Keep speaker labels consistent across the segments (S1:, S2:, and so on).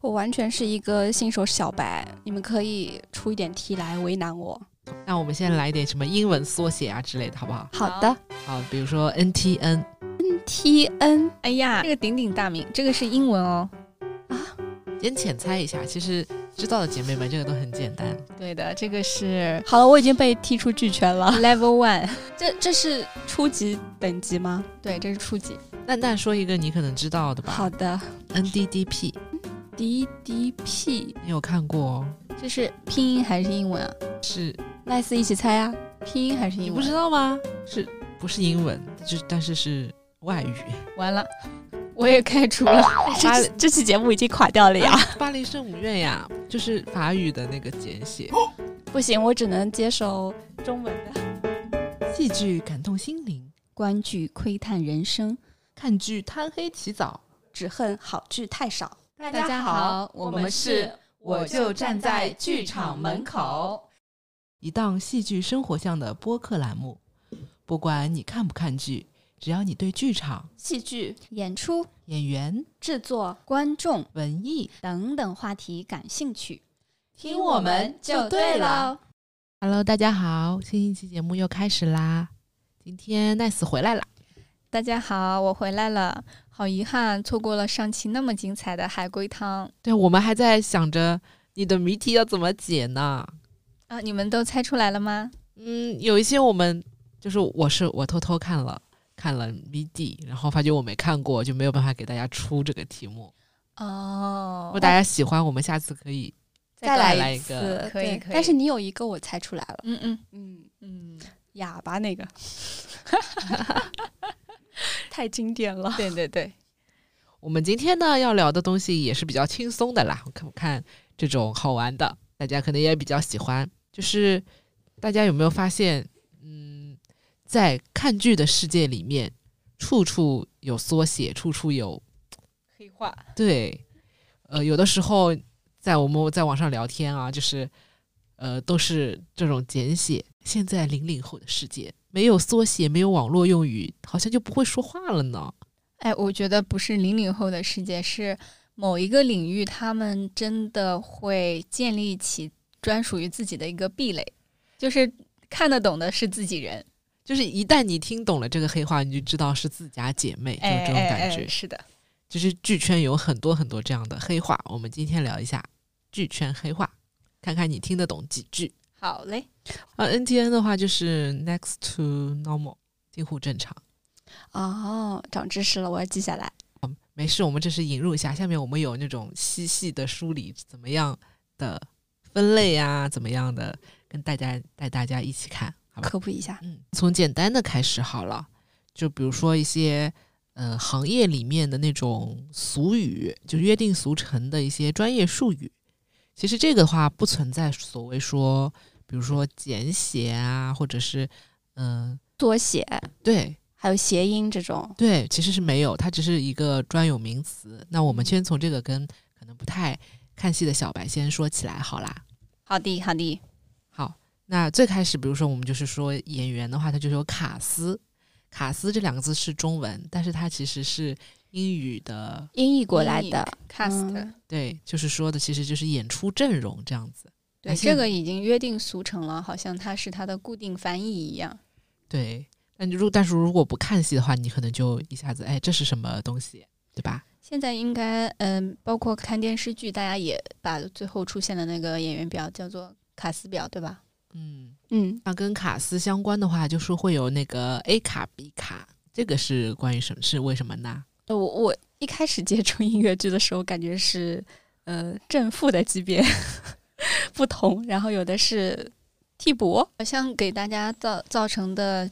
S1: 我完全是一个新手小白，你们可以出一点题来为难我。
S2: 那我们先来点什么英文缩写啊之类的，好不好？
S1: 好的嗯
S2: 好，比如说 NTN，
S1: ，T N
S3: 哎呀，这个鼎鼎大名，这个是英文哦。
S1: 啊，
S2: 先浅猜一下。其实知道的姐妹们，这个都很简单。
S3: 对的，这个是
S1: 好了，我已经被踢出剧圈了。
S3: Level One，
S1: 这这是初级等级吗？
S3: 对，这是初级。
S2: 蛋蛋说一个你可能知道的吧？
S1: 好的
S2: ，NDDP，
S1: ，D D P，
S2: 你有看过哦？
S3: 这是拼音还是英文啊？
S2: 是
S1: 赖斯一起猜啊。
S3: 拼音还是
S2: 你
S3: 英
S2: 不
S3: 文？
S2: 知道吗？是不是英文？就是但是是外语。
S3: 完了，我也开除了。
S1: 这期这期节目已经垮掉了呀！
S2: 巴黎圣母院呀，就是法语的那个简写。
S1: 不行，我只能接受中文的。
S2: 戏剧感动心灵，
S3: 观剧窥探人生，
S2: 看剧贪黑起早。
S1: 只恨好剧太少。
S2: 大
S3: 大家好，我们是
S2: 我就站在
S3: 剧场门口。
S2: 一档戏剧生活向的播客栏目，不管你看不看剧，只要你对剧场、
S1: 戏剧
S3: 演出、
S2: 演员、
S1: 制作，
S3: 观众
S2: 文艺。
S3: 等等话题感兴趣，
S1: 听我们就对了。
S2: Hello，大家好，新一期节目又开始啦。今天 Nice 回来了，
S3: 大家好，我回来了，好遗憾错过了上期那么精彩的海龟汤
S2: 对我们还在想着你的谜题要怎么解呢。
S3: 啊！你们都猜出来了吗？
S2: 嗯，有一些我们就是我是我偷偷看了看了谜底，然后发觉我没看过，就没有办法给大家出这个题目。
S3: 哦
S2: 如果大家喜欢，我们下次可以
S3: 再
S2: 来
S3: 来
S2: 一
S1: 次
S2: 个。
S3: 可以
S1: 对
S3: 可以
S1: 但是你有一个我猜出来了，
S3: 嗯嗯
S1: 嗯，
S3: 嗯，
S1: 哑巴 那个，太经典了。
S3: 对对对，
S2: 我们今天呢要聊的东西也是比较轻松的啦，我看我看这种好玩的，大家可能也比较喜欢。就是大家有没有发现，嗯，在看剧的世界里面，处处有缩写，处处有
S3: 黑化
S2: 对，呃，有的时候在我们在网上聊天啊，就是呃，都是这种简写。现在零零后的世界，没有缩写，没有网络用语，好像就不会说话了呢。
S3: 哎，我觉得不是零零后的世界，是某一个领域，他们真的会建立起专属于自己的一个壁垒，就是看得懂的是自己人，
S2: 就是一旦你听懂了这个黑话，你就知道是自家姐妹，就是
S3: 哎
S2: 这种
S3: 哎
S2: 感
S3: 哎
S2: 觉。
S3: 是的，
S2: 就是剧圈有很多很多这样的黑话，我们今天聊一下剧圈黑话，看看你听得懂几句。
S3: 好嘞，
S2: 啊，NTN 的话就是 next to normal，近乎正常。
S1: 哦，长知识了，我要记下来。
S2: 嗯没事，我们这是引入一下。下面我们有那种细细的梳理，怎么样的分类啊，怎么样的跟大家带大家一起看，好吧？
S1: 科普一下，
S2: 嗯，从简单的开始好了，就比如说一些呃行业里面的那种俗语，就约定俗成的一些专业术语。其实这个的话不存在所谓说，比如说简写啊，或者是嗯、
S1: 缩写
S2: 对，
S1: 还有谐音这种，
S2: 对，其实是没有，它只是一个专有名词。那我们先从这个跟可能不太看戏的小白先说起来好啦。
S3: 好的好的，
S2: 好，那最开始，比如说我们就是说演员的话，它就是有卡斯，卡斯这两个字是中文，但是它其实是英语的，
S1: 音译过来的。
S3: cast，、
S1: 嗯
S2: 对，就是说的其实就是演出阵容这样子。
S3: 对，
S2: 那现
S3: 这个已经约定俗成了，好像它是它的固定翻译一样。
S2: 对，但如但是如果不看戏的话，你可能就一下子，哎，这是什么东西，对吧？
S3: 现在应该，嗯，包括看电视剧，大家也把最后出现的那个演员表叫做卡斯表，对吧？
S2: 嗯，
S1: 嗯，
S2: 那跟卡斯相关的话，就是会有那个 A 卡、B 卡，这个是关于什么？是为什么呢？
S1: 我呃我一开始接触音乐剧的时候，感觉是呃正负的级别 不同，然后有的是替补，
S3: 好像给大家造造成的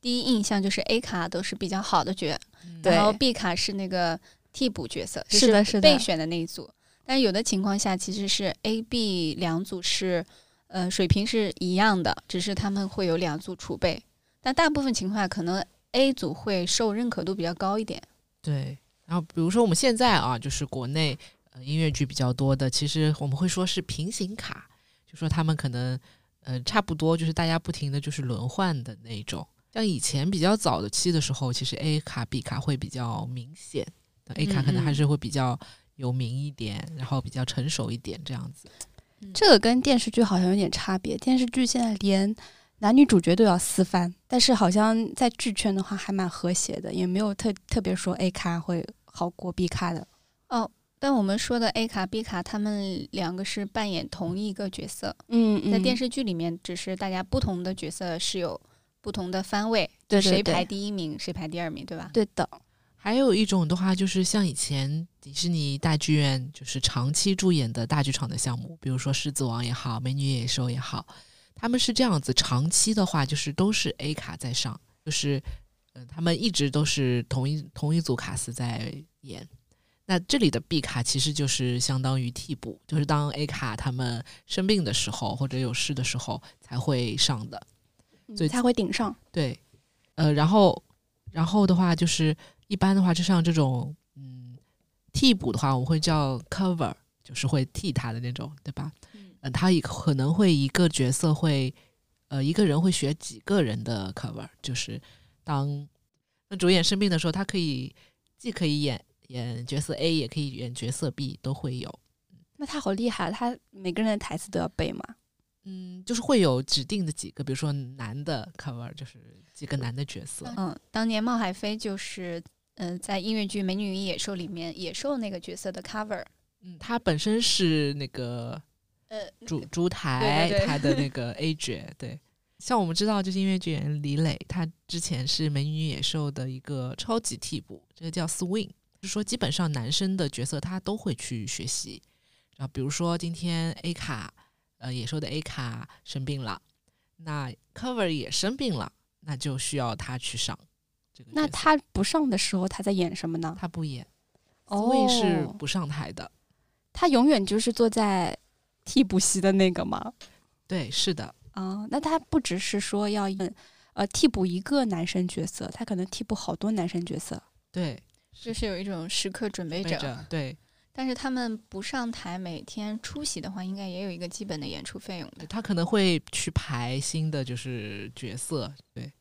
S3: 第一印象就是 A 卡都是比较好的角，
S1: 对
S3: 然后 B 卡是那个替补角色，就是
S1: 的是的
S3: 备选的那一组。但有的情况下其实是 A、B 两组是呃水平是一样的，只是他们会有两组储备。但大部分情况下，可能 A 组会受认可度比较高一点。
S2: 对。然后比如说我们现在啊，就是国内呃音乐剧比较多的，其实我们会说是平行卡，就说他们可能呃差不多，就是大家不停的就是轮换的那种。像以前比较早的期的时候，其实 A 卡、B 卡会比较明显那，A 卡可能还是会比较有名一点，然后比较成熟一点这样子。
S3: 嗯
S1: 这个跟电视剧好像有点差别。电视剧现在连男女主角都要撕翻，但是好像在剧圈的话还蛮和谐的，也没有特特别说 A 咖会好过 B 咖的。
S3: 哦，但我们说的 A 卡、B 卡，他们两个是扮演同一个角色，
S1: 嗯
S3: 在电
S1: 视
S3: 视剧里面，只是大家不同的角色是有不同的番位，
S1: 对对
S3: 谁
S1: 对
S3: 排第一名，谁排第二名，对吧？
S1: 对的，
S2: 还有一种的话，就是像以前迪士尼大剧院就是长期驻演的大剧场的项目，比如说《狮子王》也好，《美女与野兽》也好，他们是这样子，长期的话就是都是 A 卡在上，就是嗯，他们一直都是同一同一组卡司在演。那这里的 B 卡其实就是相当于替补，就是当 A 卡他们生病的时候或者有事的时候才会上的。
S3: 嗯
S2: 所以
S1: 才会顶上。
S2: 对，呃，然后然后的话就是一般的话，就像这种嗯替补的话，我们会叫 cover，就是会替他的那种，对吧？嗯、他也可能会一个角色会呃一个人会学几个人的 cover，就是当那主演生病的时候，他可以既可以演演角色 A，也可以演角色 B，都会有。
S1: 那他好厉害，啊他每个人的台词都要背嘛？
S2: 嗯，就是会有指定的几个，比如说男的 cover，就是几个男的角色。
S3: 嗯，当年冒海飞就是，嗯、在音乐剧《美女与野兽》里面，野兽那个角色的 cover，
S2: 嗯，他本身是那个
S3: 呃，
S2: 主烛台
S3: 对对对
S2: 他的那 个 A 角，对。像我们知道，就是音乐剧演员李磊，他之前是《美女与野兽》的一个超级替补，这个叫 swing，就是说基本上男生的角色他都会去学习。然后比如说今天 A 卡，呃，野兽的 A 卡生病了，那 cover 也生病了，那就需要他去上这个角色。
S1: 那他不上的时候，他在演什么呢？
S2: 他不演
S1: 哦
S2: ，swing 是不上台的。
S1: 他永远就是坐在替补席的那个吗？
S2: 对，是的。
S1: 啊、那他不只是说要演呃替补一个男生角色，他可能替补好多男生角色。
S2: 对，
S3: 就是有一种时刻准备
S2: 背
S3: 者，
S2: 着对，
S3: 但是他们不上台，每天出席的话，应该也有一个基本的演出费用的
S2: 对。他可能会去排新的就是角色。对，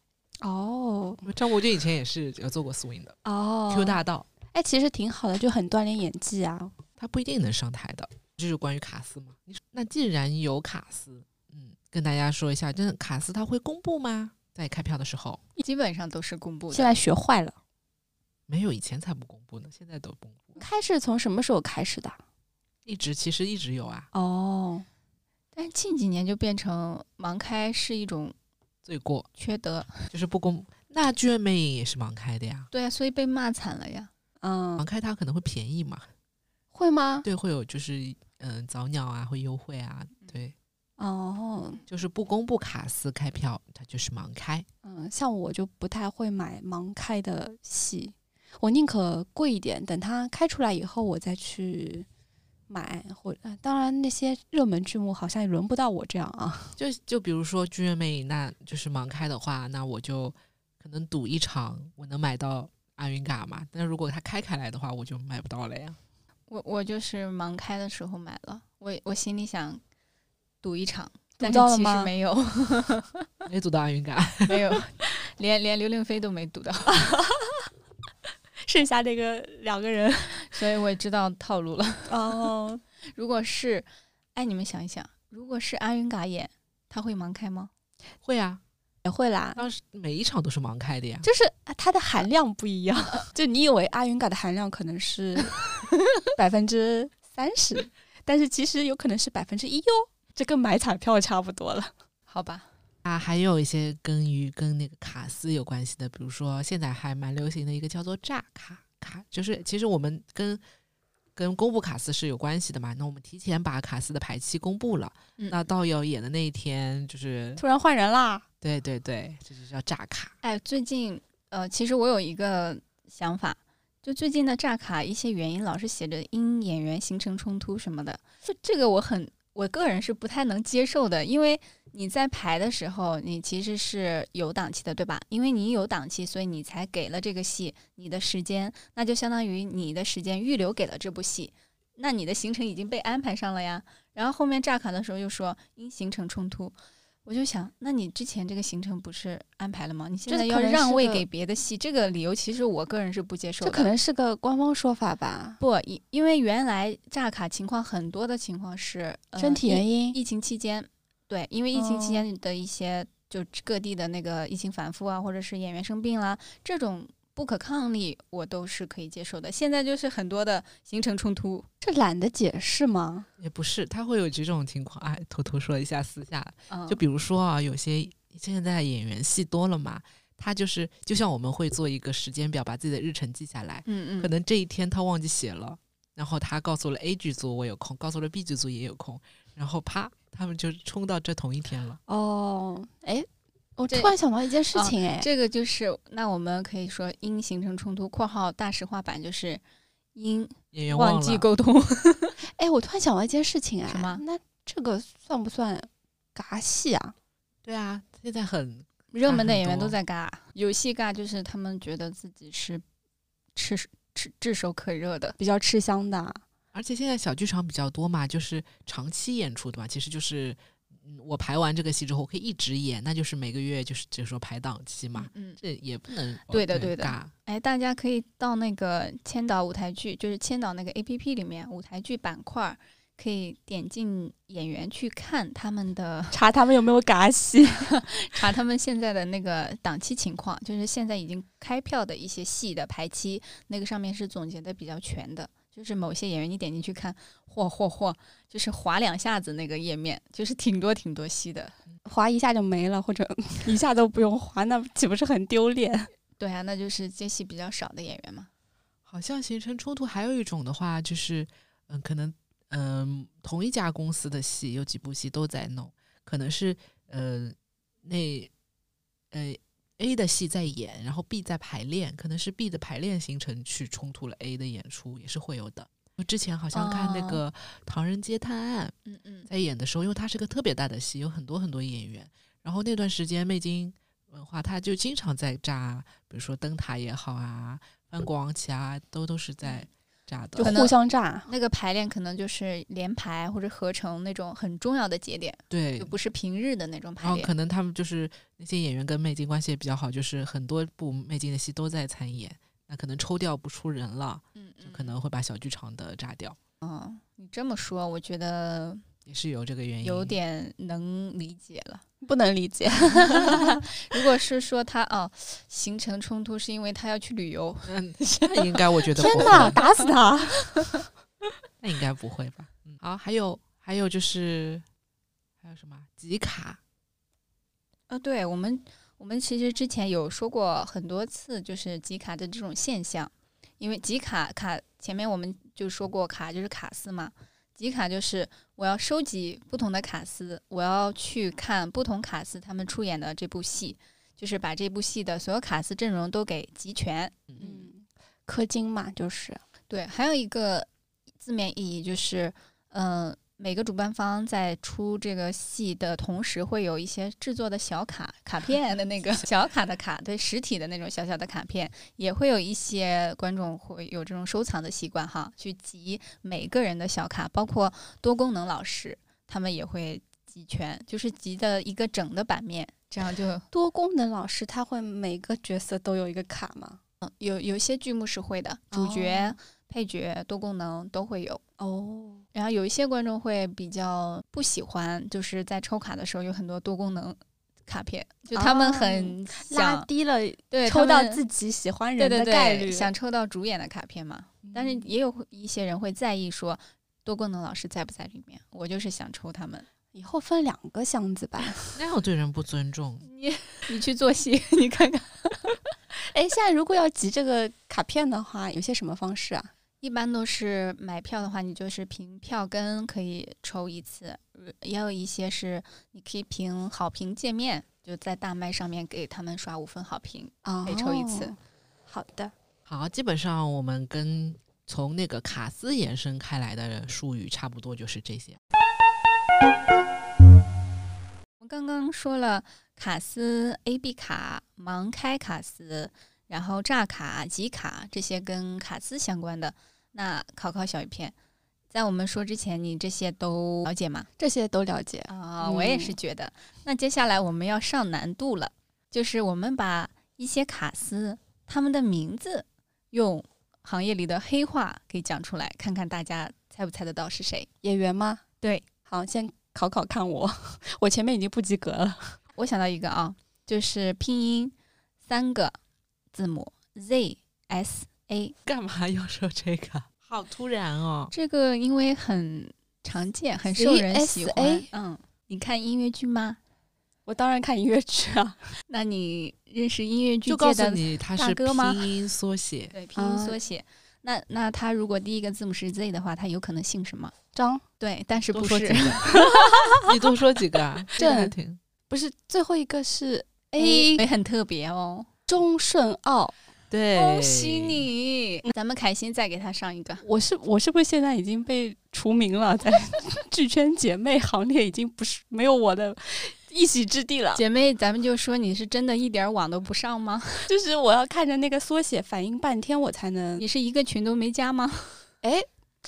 S1: 哦
S2: 张国军以前也是有做过 swing 的、
S1: 哦
S2: Q 大道，
S1: 哎，其实挺好的，就很锻炼演技啊。
S2: 他不一定能上台的。这就是关于卡斯嘛？你说那既然有卡斯，嗯，跟大家说一下，真的卡斯他会公布吗？在开票的时候，
S3: 基本上都是公布
S1: 现
S3: 的。
S1: 在学坏了。
S2: 没有以前才不公布呢，现在都公布，
S1: 开始从什么时候开始的？
S2: 一直其实一直有啊，
S1: 哦，
S3: 但是近几年就变成盲开是一种
S2: 罪过
S3: 缺德，
S2: 就是不公。那剧院魅影也是盲开的呀，
S3: 对啊，所以被骂惨了呀。
S1: 嗯
S2: 盲，开它可能会便宜嘛，
S1: 会吗？
S2: 对，会有就是嗯、呃早鸟啊，会优惠啊，对，
S1: 哦，
S2: 就是不公布卡斯开票，它就是盲开。
S1: 嗯，像我就不太会买盲开的戏，我宁可贵一点，等它开出来以后我再去买。或呃当然那些热门剧目好像也轮不到我这样啊。
S2: 就就比如说《剧院魅影》，那就是盲开的话，那我就可能赌一场，我能买到阿云嘎嘛？但如果它开开来的话，我就买不到了呀。
S3: 我我就是盲开的时候买了，我我心里想赌一场，但是
S1: 到了
S3: 其实
S1: 吗
S3: 没有
S2: 没赌到阿云嘎，
S3: 没有，连连刘令飞都没赌到，
S1: 剩下那个两个 人，
S3: 所以我也知道套路了。
S1: 哦，
S3: 如果是，哎，你们想一想，如果是阿云嘎演，他会盲开吗？
S2: 会啊，
S1: 也会啦，
S2: 当时每一场都是盲开的呀。
S1: 就是啊它的含量不一 样。就你以为阿云嘎的含量可能是 百分之三十，但是其实有可能是百分之一哟，这跟买彩票差不多了。
S3: 好吧，
S2: 啊，还有一些跟于跟那个卡斯有关系的，比如说现在还蛮流行的一个叫做炸卡卡，就是其实我们跟跟公布卡斯是有关系的嘛。那我们提前把卡斯的排期公布了，
S3: 嗯
S2: 那到要演的那一天，就是
S1: 突然换人啦，
S2: 对对对，这就叫炸卡。
S3: 哎，最近呃，其实我有一个想法，就最近的炸卡一些原因老是写着因演员形成冲突什么的，就这个我很我个人是不太能接受的，因为你在排的时候，你其实是有档期的，对吧？因为你有档期，所以你才给了这个戏你的时间，那就相当于你的时间预留给了这部戏。那你的行程已经被安排上了呀，然后后面炸卡的时候又说因行程冲突，我就想，那你之前这个行程不是安排了吗？你现
S1: 这
S3: 在
S1: 可
S3: 要
S1: 能
S3: 让
S1: 是
S3: 位
S1: 个
S3: 给别的戏，这个理由其实我个人是不接受
S1: 这
S3: 的。
S1: 可能是个官方说法吧，
S3: 不，因因为原来炸卡情况很多的情况是、呃、
S1: 身体
S3: 疫
S1: 原因。
S3: 疫情期间，对，因为疫情期
S1: 哦
S3: 间的一些、就各地的那个疫情反复啊，或者是演员生病啦，这种不可抗力我都是可以接受的。现在就是很多的行程冲突，
S1: 这懒得解释吗？
S2: 也不是，他会有这种情况。哎，偷偷说一下，私下
S3: 嗯，
S1: 哦
S2: 就比如说啊，有些现在演员戏多了嘛，他就是就像我们会做一个时间表，把自己的日程记下来。
S3: 嗯嗯，
S2: 可能这一天他忘记写了，然后他告诉了 A 剧组我有空，告诉了 B 剧组也有空，然后啪，他们就冲到这同一天了。
S1: 哦，哎，我
S3: 这
S1: 突然想到一件事
S3: 哦
S1: 情，哎，
S3: 这个就是那我们可以说因形成冲突（括号大实话版就是因
S2: 演员
S3: 忘
S2: 了
S3: 记沟通
S1: 哎，我突然想到一件事情，哎，
S3: 什么
S1: 那这个算不算尬戏啊？
S2: 对啊，现在很”，
S3: 热门的演员
S2: 很多
S3: 都在啊尬，有戏尬就是他们觉得自己是炙炙炙手可热的，
S1: 比较吃香的啊，
S2: 而且现在小剧场比较多嘛，就是长期演出的嘛，其实就是。嗯我排完这个戏之后，我可以一直演，那就是每个月就是就是说排档期嘛，
S3: 嗯，
S2: 这也不能
S3: 对的对的
S2: 尬
S3: 哎，大家可以到那个千岛舞台剧，就是千岛那个 A P P 里面舞台剧板块儿，可以点进演员去看他们的，
S1: 查他们有没有尬戏。
S3: 查他们现在的那个档期情况，就是现在已经开票的一些戏的排期，那个上面是总结的比较全的。就是某些演员，你点进去看，嚯嚯嚯，就是划两下子那个页面，就是挺多挺多戏的。
S1: 划一下就没了，或者 一下都不用划，那岂不是很丢脸？
S3: 对啊，那就是接戏比较少的演员嘛。
S2: 好像形成冲突，还有一种的话就是，嗯，可能嗯，同一家公司的戏有几部戏都在弄，可能是呃那呃 A 的戏在演，然后 B 在排练，可能是 B 的排练行程去冲突了 A 的演出，也是会有的。我之前好像看那
S3: 哦
S2: 个《唐人街探案》，
S3: 嗯嗯，
S2: 在演的时候，因为它是个特别大的戏，有很多很多演员。然后那段时间，魅晶文化它就经常在炸，比如说灯塔也好啊，翻国王旗啊，都都是在炸
S1: 就
S2: 的。
S1: 互相 炸。
S3: 那个排练可能就是连排或者合成那种很重要的节点，
S2: 对
S3: 就，不是平日的那种
S2: 然
S3: 排
S2: 后
S3: 练。
S2: 可能他们就是那些演员跟魅晶关系也比较好，就是很多部魅晶的戏都在参演，那可能抽调不出人了，
S3: 嗯，
S2: 就可能会把小剧场的炸掉，
S3: 嗯。哦，你这么说，我觉得
S2: 也是有这个原因。
S3: 有点能理解了。
S1: 不能理解，
S3: 如果是说他哦，形成冲突是因为他要去旅游，
S2: 嗯，那应该我觉得
S1: 天
S2: 不
S1: 哪，
S2: 会。
S1: 打死他！
S2: 那应该不会吧？嗯，好，还有还有就是还有什么集卡？
S3: 呃，对我们，我们其实之前有说过很多次，就是集卡的这种现象，因为集卡卡前面我们就说过卡就是卡司嘛，集卡就是我要收集不同的卡司，我要去看不同卡司他们出演的这部戏，就是把这部戏的所有卡司阵容都给集全。
S1: 嗯，氪金嘛，就是
S3: 对，还有一个字面意义就是，嗯、每个主办方在出这个戏的同时，会有一些制作的小卡卡片的那个 小卡的卡，对，实体的那种小小的卡片，也会有一些观众会有这种收藏的习惯哈，去集每个人的小卡，包括多功能老师，他们也会集全，就是集的一个整的版面，这样就
S1: 多功能老师，他会每个角色都有一个卡嘛？
S3: 嗯有有些剧目是会的，主角、配角、多功能都会有。
S1: 哦，
S3: 然后有一些观众会比较不喜欢，就是在抽卡的时候有很多多功能卡片，就他们很想、
S1: 拉低了
S3: 对
S1: 抽到
S3: 己
S1: 自己喜欢
S3: 对
S1: 人
S3: 对
S1: 的概
S3: 对
S1: 率。
S3: 想抽到主演的卡片嘛。但是也有一些人会在意说多功能老师在不在里面，我就是想抽他们。
S1: 以后分两个箱子 吧。
S2: 那样对人不尊重。
S3: 你你去做戏， 你看看，
S1: 哎，现在如果要集这个卡片的话，有些什么方式啊？
S3: 一般都是买票的话，你就是凭票根可以抽一次，呃也有一些是你可以凭好评界面，就在大麦上面给他们刷五分好评。
S1: 啊
S3: 可以抽一次。
S1: 好的，
S2: 好，基本上我们跟从那个卡斯延伸开来的术语差不多就是这些。
S3: 我们刚刚说了卡斯、A B 卡、盲开卡斯，然后炸卡、集卡这些跟卡斯相关的。那考考小一片，在我们说之前，你这些都了解吗？
S1: 这些都了解。
S3: 啊、我也是
S1: 嗯
S3: 觉得。那接下来我们要上难度了，就是我们把一些卡司他们的名字用行业里的黑话给讲出来，看看大家猜不猜得到是谁。
S1: 演员吗？
S3: 对，
S1: 好，先考考看我， 我前面已经不及格了。
S3: 我想到一个啊，就是拼音三个字母 Z S A，
S2: 干嘛要说这个？好突然哦！
S3: 这个因为很常见，很受人喜欢
S1: ZSA。
S3: 嗯，你看音乐剧吗？
S1: 我当然看音乐剧啊，
S3: 那你认识音乐剧
S2: 就
S3: 界
S2: 告诉
S3: 的
S2: 你它
S3: 大
S2: 是
S3: 哥吗
S2: 拼音缩写，
S3: 对，拼音
S1: 啊
S3: 缩写。那那他如果第一个字母是 Z 的话，他有可能姓什么？
S1: 张
S3: 对，但是
S2: 多
S3: 不
S2: 说几
S3: 是
S2: 个， 你多说几个啊？这个还
S1: 正
S2: 挺
S1: 不是最后一个是
S3: A，
S1: A
S3: 很特别哦。
S1: 钟顺奥。
S2: 对，
S3: 恭喜！你，咱们凯欣再给他上一个。
S1: 我是我是不是现在已经被除名了，在 剧圈姐妹行列已经不是没有我的一席之地了？
S3: 姐妹，咱们就说你是真的一点儿网都不上吗？
S1: 就是我要看着那个缩写反应半天，我才能
S3: 你是一个群都没加吗？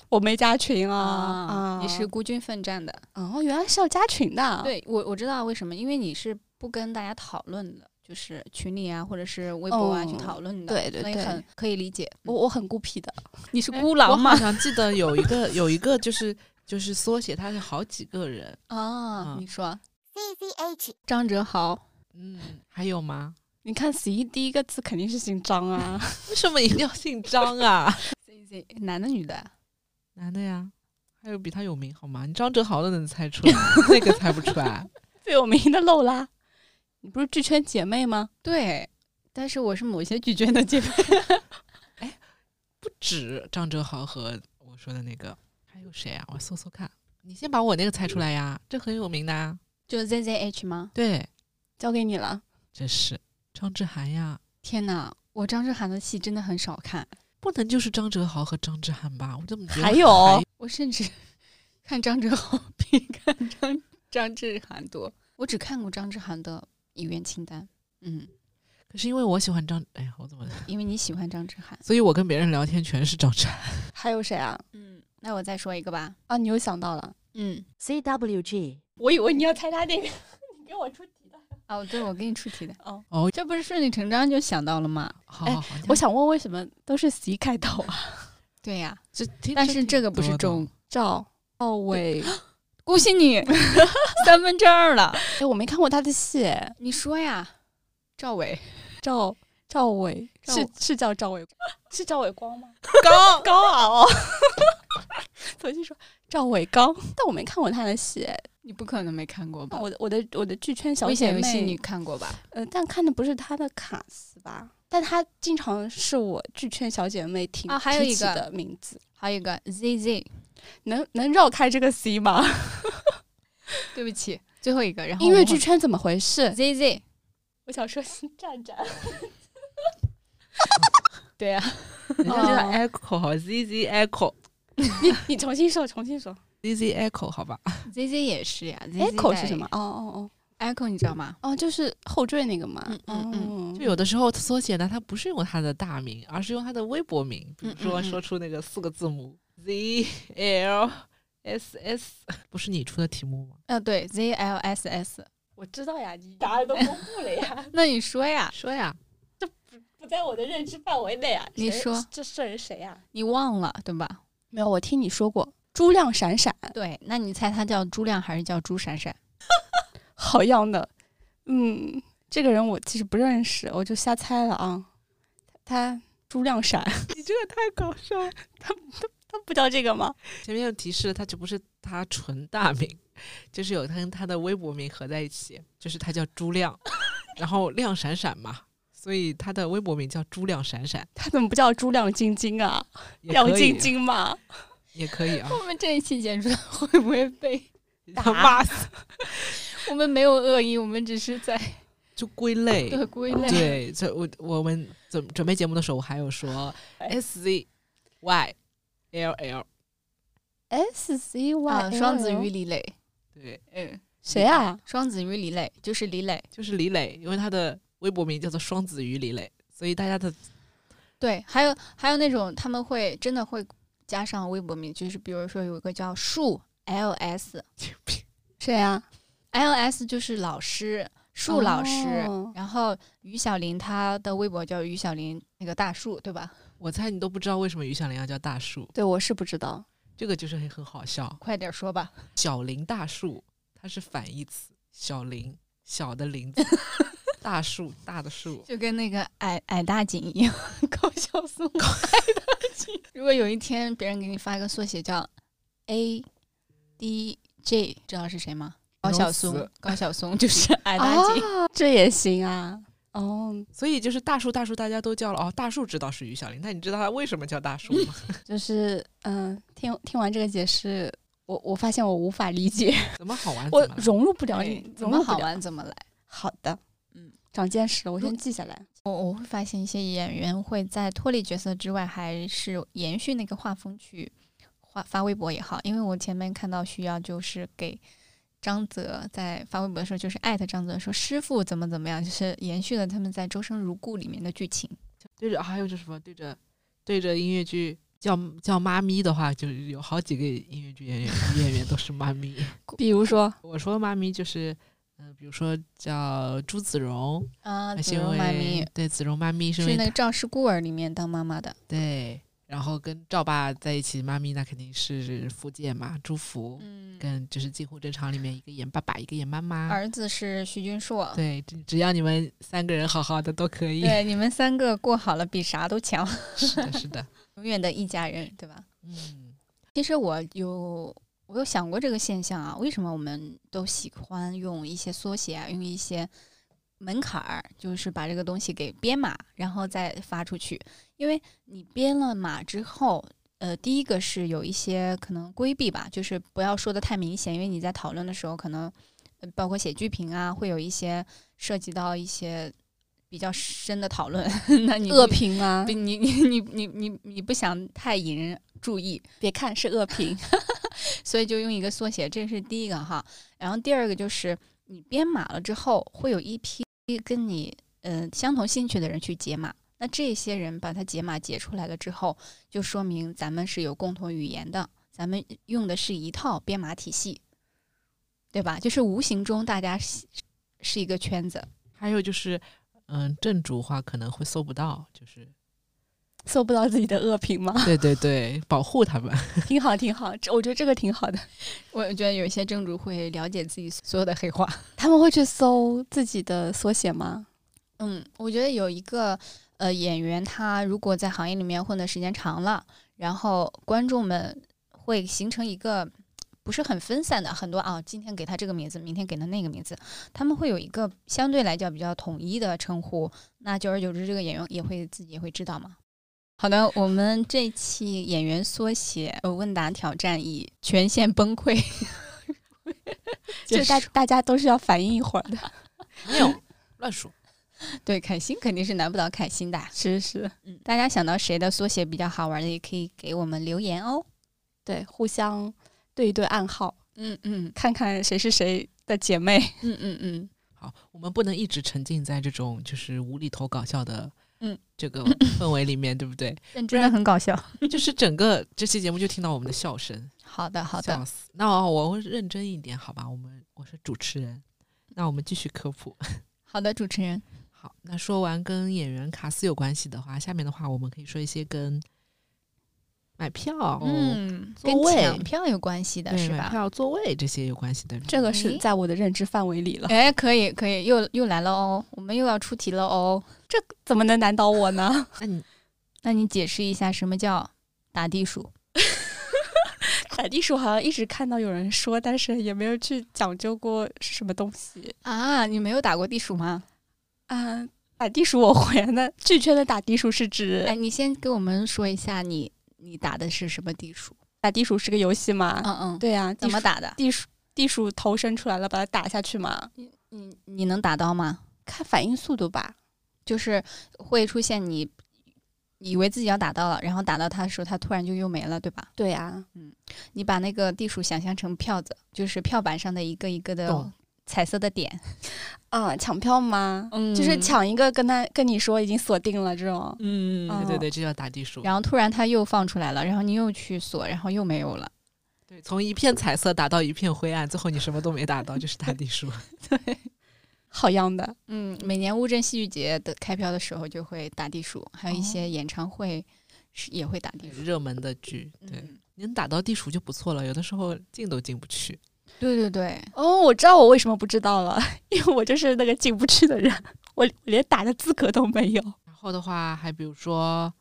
S1: 我没加群啊啊！
S3: 你是孤军奋战的。
S1: 哦，原来是要加群的，，
S3: 对我我知道为什么，因为你是不跟大家讨论的，就是群里啊或者是微博啊、去
S1: 嗯
S3: 讨论的，
S1: 对对
S3: 所以
S1: 对
S3: 很可以理解。
S1: 我我很孤僻的，
S3: 你是
S2: 哎
S3: 孤狼
S2: 我好
S3: 吗？
S2: 像记得有一个 有一个就是就是缩写，它是好几个人。
S3: 啊
S2: 嗯，
S3: 你说
S4: C C H
S3: 张哲豪。
S2: 嗯，还有吗？
S1: 你看死一第一个字肯定是姓张 啊，
S2: 为什么一定要姓张啊？
S3: C C，男的女的啊？
S2: 男的呀，还有比他有名好吗？你张哲豪都能猜出来，那个猜不出来。
S1: 最有名的漏啦。你不是剧圈姐妹吗？
S3: 对，但是我是某些拒绝的 姐妹。
S2: 不止张哲豪和我说的那个，还有谁啊？我搜搜看。你先把我那个猜出来呀，这很有名的啊。
S3: 就 Z Z H 吗？
S2: 对，
S1: 交给你了，
S2: 这是张志涵呀，
S3: 天哪，我张智涵的戏真的很少看，
S2: 不能就是张哲豪和张志涵吧？我怎么觉得
S1: 还有
S3: 我甚至 看张哲豪比看张张智涵多。我只看过张智涵的演员清单。嗯，
S2: 可是因为我喜欢张，哎呀，我怎么？
S3: 因为你喜欢张智涵。
S2: 所以我跟别人聊天全是张志涵。
S1: 还有谁啊？
S3: 嗯，那我再说一个吧。
S1: 啊，你又想到了，
S3: 嗯，
S4: C W G
S1: 我以为你要猜他那个， 你给我出题的
S3: 哦，对，我给你出题的，
S1: 哦。
S2: 哦，
S3: 这不是顺理成章就想到了吗？
S2: 好
S1: 哎
S2: 好好，
S1: 我想问，为什么都是 C 开头啊？
S3: 对呀、
S2: 这听，
S3: 但是这个不是
S2: 挺多的
S3: 中，
S1: 赵赵 薇，
S3: 恭喜你 三分之二了。
S1: 哎，我没看过他的戏，哎
S3: 你说呀，赵伟。
S1: 赵赵薇
S3: 赵
S1: 是是叫赵伟， 是赵伟光吗？
S2: 高
S1: 高 傲，哦重新说赵伟刚， 但我没看过他的戏，哎
S3: 你不可能没看过吧？
S1: 我的我的我的剧圈小
S3: 危
S1: 姐
S3: 险游
S1: 妹，
S3: 戏你看过吧？
S1: 呃，但看的不是他的卡司吧？但他经常是我剧圈小姐妹提
S3: 啊还有
S1: 提
S3: 一
S1: 起
S3: 个
S1: 的名字，
S3: 还有一个 Z Z，
S1: 能能绕开这个 C 吗？
S3: 对不起，最后一个，然后
S1: 音乐
S3: 我
S1: 剧圈怎么回事？
S3: Z Z，
S1: 我想说是站站，
S3: 对啊，
S2: 人家叫
S1: 哦
S2: Echo 好，Z Z Echo，Z
S1: 你 你重新说，重新说。
S2: Z Echo 好吧？
S3: z Z 也哎是呀，Z Z
S1: Echo 是什么？哦哦
S3: ？Echo 你知道吗？
S1: 哦，哦，就是后缀那个嘛。哦
S3: 嗯嗯嗯
S2: 就有的时候缩写呢，它不是用它的大名，而是用它的微博名，比如说
S3: 嗯嗯嗯
S2: 说出那个四个字母 Z L S S，不是你出的题目吗？
S3: 呃，对，Z L S S。
S1: 我知道呀，你答案都公布了呀，
S3: 那你说呀，
S2: 说呀，
S1: 不在我的认知范围内啊。
S3: 你
S1: 谁
S3: 说
S1: 这是人谁呀、
S3: 你忘了对吧？
S1: 没有，我听你说过朱亮闪闪，
S3: 呃对，那你猜他叫朱亮还是叫朱闪闪？
S1: 好样的。嗯，这个人我其实不认识，我就瞎猜了啊。他他朱亮闪，
S2: 你这个太搞笑了。
S1: 他不叫这个吗？
S2: 前面有提示了，它就不是他纯大名，就是有他跟他的微博名合在一起，就是他叫朱亮，然后亮闪闪嘛，所以他的微博名叫朱亮闪闪，
S1: 他怎么不叫朱亮晶晶啊？
S2: 也
S1: 亮
S2: 可以
S1: 晶晶 嘛。
S2: 也可以 啊，
S3: 我们这一期剪出来会不会被？
S1: 打
S2: 骂死
S3: 我们没有恶意，我们只是在
S2: 就归类。
S3: 的归类。
S2: 对，这我我们准准备节目的时候，我还有说 S Z Y L L，
S1: S C
S3: 啊，
S1: Y
S3: 双子鱼李磊，
S2: 对，
S3: 嗯，
S1: 谁啊？
S3: 双子鱼李磊就是李磊，
S2: 就是李磊，因为他的微博名叫做双子鱼李磊，所以大家的
S3: 对，还有还有那种他们会真的会加上微博名，就是比如说有一个叫树 LS，
S1: 谁啊呀？
S3: LS 就是老师，树老师。
S1: 哦
S3: 然后于小林他的微博叫于小林那个大树，对吧？
S2: 我猜你都不知道为什么于小林要叫大树，
S1: 对，我是不知道。
S2: 这个就是很很好笑。
S3: 快点说吧。
S2: 小林大树，它是反义词，小林小的林子， 大树大的树。
S3: 就跟那个矮矮大紧一样，高晓松矮大紧。 如果有一天别人给你发一个缩写叫 A D J，知道是谁吗？高晓松
S2: 死，
S3: 高晓松就是 矮大
S1: 啊
S3: 紧。
S1: 这也行啊。哦，
S2: 所以就是大树大树，大家都叫了哦。大树知道是于小林，那你知道他为什么叫大树吗？
S1: 就是嗯、听听完这个解释，我我发现我无法理 解，
S2: 怎么好玩？
S1: 我
S2: 怎么了
S1: 融入不啊了
S3: 哎
S1: 你，
S3: 怎
S1: 融入
S3: 么
S1: 不
S3: 好
S1: 了。
S3: 玩怎么来。
S1: 好的，
S3: 嗯，
S1: 长见识了，我
S3: 如
S1: 先记下来。
S3: 我我会发现一些演员会在脱离角色之外，还是延续那个画风去发发微博也好，因为我前面看到需要就是给张泽在发微博的时候，就是艾特张泽说师傅怎么怎么样，就是延续了他们在《周生如故》里面的剧情。
S2: 对着还有就是什么对着对着音乐剧叫叫妈咪的话，就是有好几个音乐剧演员演员都是妈咪。
S1: 比如说，
S2: 我说妈咪就是，嗯、比如说叫朱子荣，
S3: 啊，
S2: 她
S3: 子
S2: 是因
S3: 荣
S2: 为
S3: 妈咪
S2: 对子荣妈咪是因
S3: 是
S2: 为
S3: 那个
S2: 她
S3: 《赵氏孤儿》里面当妈妈的，
S2: 对，然后跟赵爸在一起，妈咪那肯定是福建嘛，朱福、
S3: 嗯
S2: 跟就是《近乎正常》里面一个演爸爸，一个演妈妈。
S3: 儿子是徐君硕。
S2: 对，只只要你们三个人好好的都可以。
S3: 对，你们三个过好了，比啥都强，
S2: 是的，是的，
S3: 永远的一家人，对吧？
S2: 嗯，
S3: 其实我有我有想过这个现象啊，为什么我们都喜欢用一些缩写啊，用一些门槛儿，就是把这个东西给编码，然后再发出去。因为你编了码之后，呃，第一个是有一些可能规避吧，就是不要说的太明显，因为你在讨论的时候，可能呃包括写剧评啊，会有一些涉及到一些比较深的讨论， 那你
S1: 恶评啊吗
S3: 不，？你你你你你你不想太引人注意，
S1: 别看是恶评，
S3: 所以就用一个缩写，这是第一个哈。然后第二个就是你编码了之后，会有一批跟你呃相同兴趣的人去解码。那这些人把它解码解出来了之后，就说明咱们是有共同语言的，咱们用的是一套编码体系，对吧？就是无形中大家是是一个圈子。
S2: 还有就是，嗯，正主话可能会搜不到， 就是
S1: 搜不到自己的恶评吗？
S2: 对对对，保护他 们。
S1: 挺好，挺好，这我觉得这个挺好的。
S3: 我觉得有一些正主会了解自己所有的黑话。
S1: 他们会去搜自己的缩写吗？
S3: 嗯，我觉得有一个呃演员，他如果在行业里面混的时间长了，然后观众们会形成一个不是很分散的很多啊，今天给他这个名字，明天给他那个名字，他们会有一个相对来讲比较统一的称呼。那久而久之，这个演员也会自己也会知道嘛。好的，我们这期演员缩写呃问答挑战已全线崩溃，
S1: 就大大家都是要反应一会儿的。
S2: 没有乱说，
S3: 对凯欣肯定是难不倒凯欣的。
S1: 是是，
S3: 嗯，大家想到谁的缩写比较好玩的，也可以给我们留言哦。
S1: 对，互相对一对暗号，
S3: 嗯嗯
S1: 看看谁是谁的姐妹。
S3: 嗯嗯嗯，
S2: 好，我们不能一直沉浸在这种就是无厘头搞笑的，
S3: 嗯，
S2: 这个氛围里面，对不对？
S3: 但真的很搞笑。
S2: 就是整个这期节目就听到我们的笑声，
S3: 好的好
S2: 笑
S3: 的，
S2: 死。那我会认真一点，好吧？我们我是主持人，那我们继续科普。
S3: 好的，主持人，
S2: 好，那说完跟演员卡斯有关系的话，下面的话我们可以说一些跟买票、
S3: 嗯，
S2: 座
S3: 跟
S2: 位
S3: 抢票有关系的
S2: 对
S3: 是
S2: 买
S3: 吧？
S2: 票、座位这些有关系的。
S1: 这个
S3: 诶
S1: 是在我的认知范围里了，
S3: 哎，可以可以，又又来了哦，我们又要出题了哦。
S1: 怎么能难倒我呢？
S2: 那你
S3: 那你解释一下什么叫打地鼠？
S1: 打地鼠好像一直看到有人说，但是也没有去讲究过是什么东西
S3: 啊？你没有打过地鼠 吗？
S1: 啊。打地鼠我会，那剧圈的打地鼠是指
S3: 哎，你先给我们说一下你你打的是什么地鼠？
S1: 打地鼠是个游戏吗？
S3: 嗯嗯，
S1: 对呀、
S3: 怎
S1: 地
S3: 么
S1: 鼠
S3: 打的？
S1: 地鼠地鼠头伸出来了，把它打下去嘛？
S3: 你你能打到吗？
S1: 看反应速度吧。
S3: 就是会出现你以为自己要打到了，然后打到它的时候，它突然就又没了，对吧？
S1: 对呀、
S3: 你把那个地鼠想象成票子，就是票板上的一个一个的
S2: 懂
S3: 彩色的点，
S1: 啊，抢票吗？
S3: 嗯
S1: 就是抢一个跟他跟你说已经锁定了这种，
S2: 嗯对对
S1: 哦
S2: 对，这叫打地鼠。
S3: 然后突然它又放出来了，然后你又去锁，然后又没有了。
S2: 对，从一片彩色打到一片灰暗，最后你什么都没打到，就是打地鼠。
S1: 好样的！
S3: 嗯，每年乌镇戏剧节的开票的时候就会打地鼠，还有一些演唱会是也会打 地鼠。
S2: 热门的剧，对，
S3: 嗯，
S2: 你能打到地鼠就不错了，有的时候进都进不去。
S3: 对对对，
S1: 哦，我知道我为什么不知道了，因为我就是那个进不去的人，我我连打的资格都没有。
S2: 然后的话，还比如说，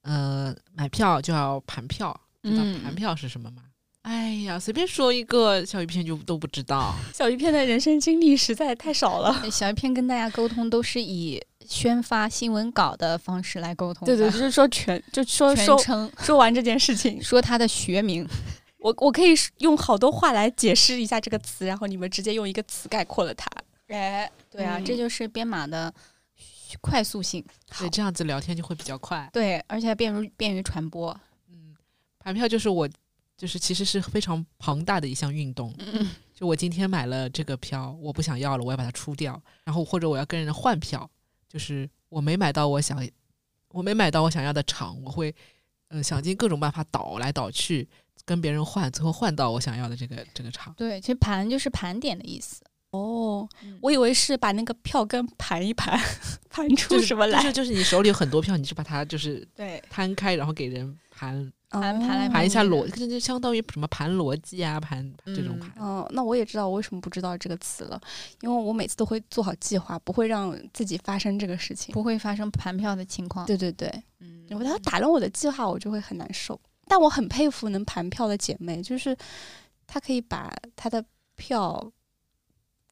S2: 呃，买票就要盘票，知道盘
S3: 嗯，
S2: 票是什么吗？哎呀，随便说一个小鱼片就都不知道。
S1: 小鱼片的人生经历实在太少了。
S3: 哎小一篇跟大家沟通都是以宣发新闻稿的方式来沟通的，
S1: 对对，就是说全，就说
S3: 全
S1: 说
S3: 称
S1: 说完这件事情，
S3: 说他的学名，
S1: 我我可以用好多话来解释一下这个词，然后你们直接用一个词概括了它。
S3: 哎，对啊，
S1: 嗯
S3: 这就是编码的快速性，
S2: 对，这样子聊天就会比较快。
S3: 对，而且还便于便于传播，
S2: 嗯，盘票就是我，就是其实是非常庞大的一项运动。
S3: 嗯，
S2: 就我今天买了这个票，我不想要了，我要把它出掉，然后或者我要跟人换票，就是我没买到我想，我没买到我想要的场，我会嗯、呃想尽各种办法倒来倒去跟别人换，最后换到我想要的这个这个场。
S3: 对，其实盘就是盘点的意思，
S1: 哦，
S3: 我
S1: 我以为是把那个票根盘一盘， 盘出
S2: 就是
S1: 什么来
S2: 就。是就是你手里有很多票，你就把它就是
S3: 对
S2: 摊开，然后给人盘
S1: 哦
S3: 盘盘来
S2: 盘一下
S3: 嗯
S2: 逻，这就相当于什么盘逻辑啊，盘这种
S3: 嗯
S2: 盘。
S1: 哦，那我也知道我为什么不知道这个词了，因为我每次都会做好计划，不会让自己发生这个事情。
S3: 不会发生盘票的情况，
S1: 对对对，
S3: 嗯，
S1: 我要打乱我的计划，我就会很难受。但我很佩服能盘票的姐妹，就是她可以把她的票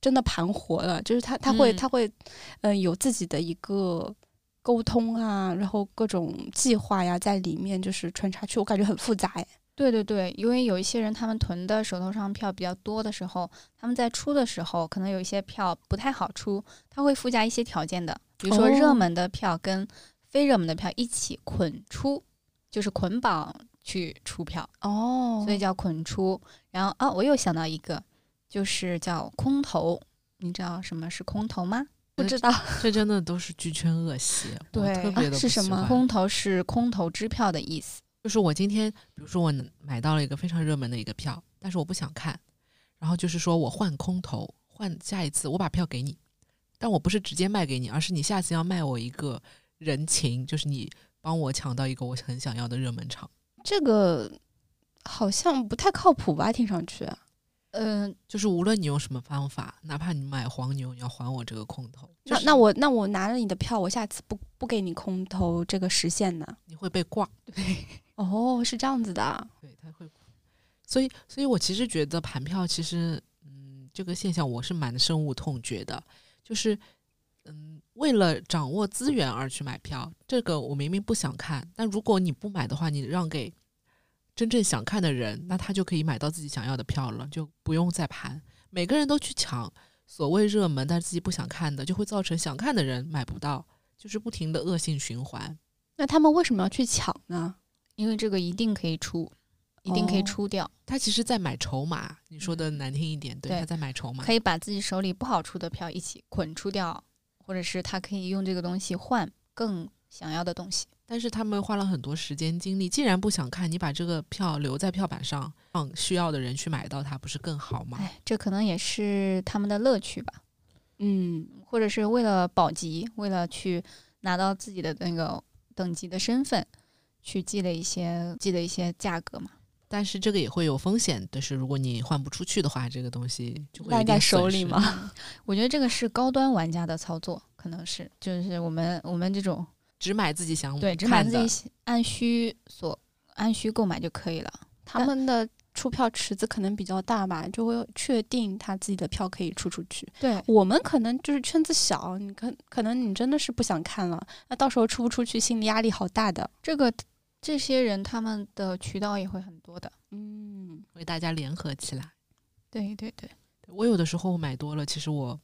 S1: 真的盘活了，就是她她会、
S3: 嗯
S1: 她会，嗯、有自己的一个沟通啊，然后各种计划呀在里面就是穿插去，我感觉很复杂哎。
S3: 对对对，因为有一些人他们囤的手头上票比较多的时候，他们在出的时候，可能有一些票不太好出，他会附加一些条件的，比如说热
S1: 哦
S3: 门的票跟非热门的票一起捆出，就是捆绑去出票，
S1: 哦
S3: 所以叫捆出。然后啊，我又想到一个，就是叫空投，你知道什么是空投吗？
S1: 不知道
S2: 这真的都是剧圈恶习，我
S3: 对
S2: 特别的、
S1: 啊是什么
S3: 空投是空头支票的意思。
S2: 就是我今天，比如说我买到了一个非常热门的一个票，但是我不想看，然后就是说我换空头，换下一次我把票给你，但我不是直接卖给你，而是你下次要卖我一个人情，就是你帮我抢到一个我很想要的热门场，
S1: 这个好像不太靠谱吧？听上去
S3: 嗯、
S2: 就是无论你用什么方法，哪怕你买黄牛，你要还我这个空头，就是
S1: 那那我那我拿了你的票，我下次不不给你空投这个实现呢？
S2: 你会被挂，
S1: 哦，是这样子的啊。
S2: 对，他会，所以所以我其实觉得盘票其实嗯这个现象我是蛮深恶痛绝的，就是嗯，为了掌握资源而去买票，这个我明明不想看，但如果你不买的话，你让给真正想看的人，那他就可以买到自己想要的票了，就不用再盘。每个人都去抢所谓热门，但是自己不想看的，就会造成想看的人买不到，就是不停的恶性循环。
S1: 那他们为什么要去抢呢？
S3: 因为这个一定可以出，一定可以
S1: 哦
S3: 出掉。
S2: 他其实在买筹码，你说的难听一点，对，
S3: 嗯对
S2: 他在买筹码
S3: 可。以把自己手里不好出的票一起捆出掉，或者是他可以用这个东西换更想要的东西。
S2: 但是他们花了很多时间精力，既然不想看，你把这个票留在票板上，让需要的人去买到它，不是更好吗？
S3: 哎，这可能也是他们的乐趣吧，
S1: 嗯，
S3: 或者是为了保级，为了去拿到自己的那个等级的身份，去积累一些积累一些价格嘛。
S2: 但是这个也会有风险，就是如果你换不出去的话，这个东西就会有
S1: 烂
S2: 一定
S1: 在手
S2: 损
S1: 里
S2: 失
S1: 吗？？
S3: 我觉得这个是高端玩家的操作，可能是就是我们我们这种
S2: 只买自己想
S3: 对只买
S2: 看
S3: 自
S2: 的
S3: 己按需所按需购买就可以了。
S1: 他们的出票池子可能比较大吧，就会确定他自己的票可以出出去。
S3: 对，
S1: 我们可能就是圈子小，你可可能你真的是不想看了，那到时候出不出去，心理压力好大的。
S3: 这个这些人他们的渠道也会很多的。
S1: 嗯，
S2: 为大家联合起来。
S3: 对对对，
S2: 我有的时候买多了，其实我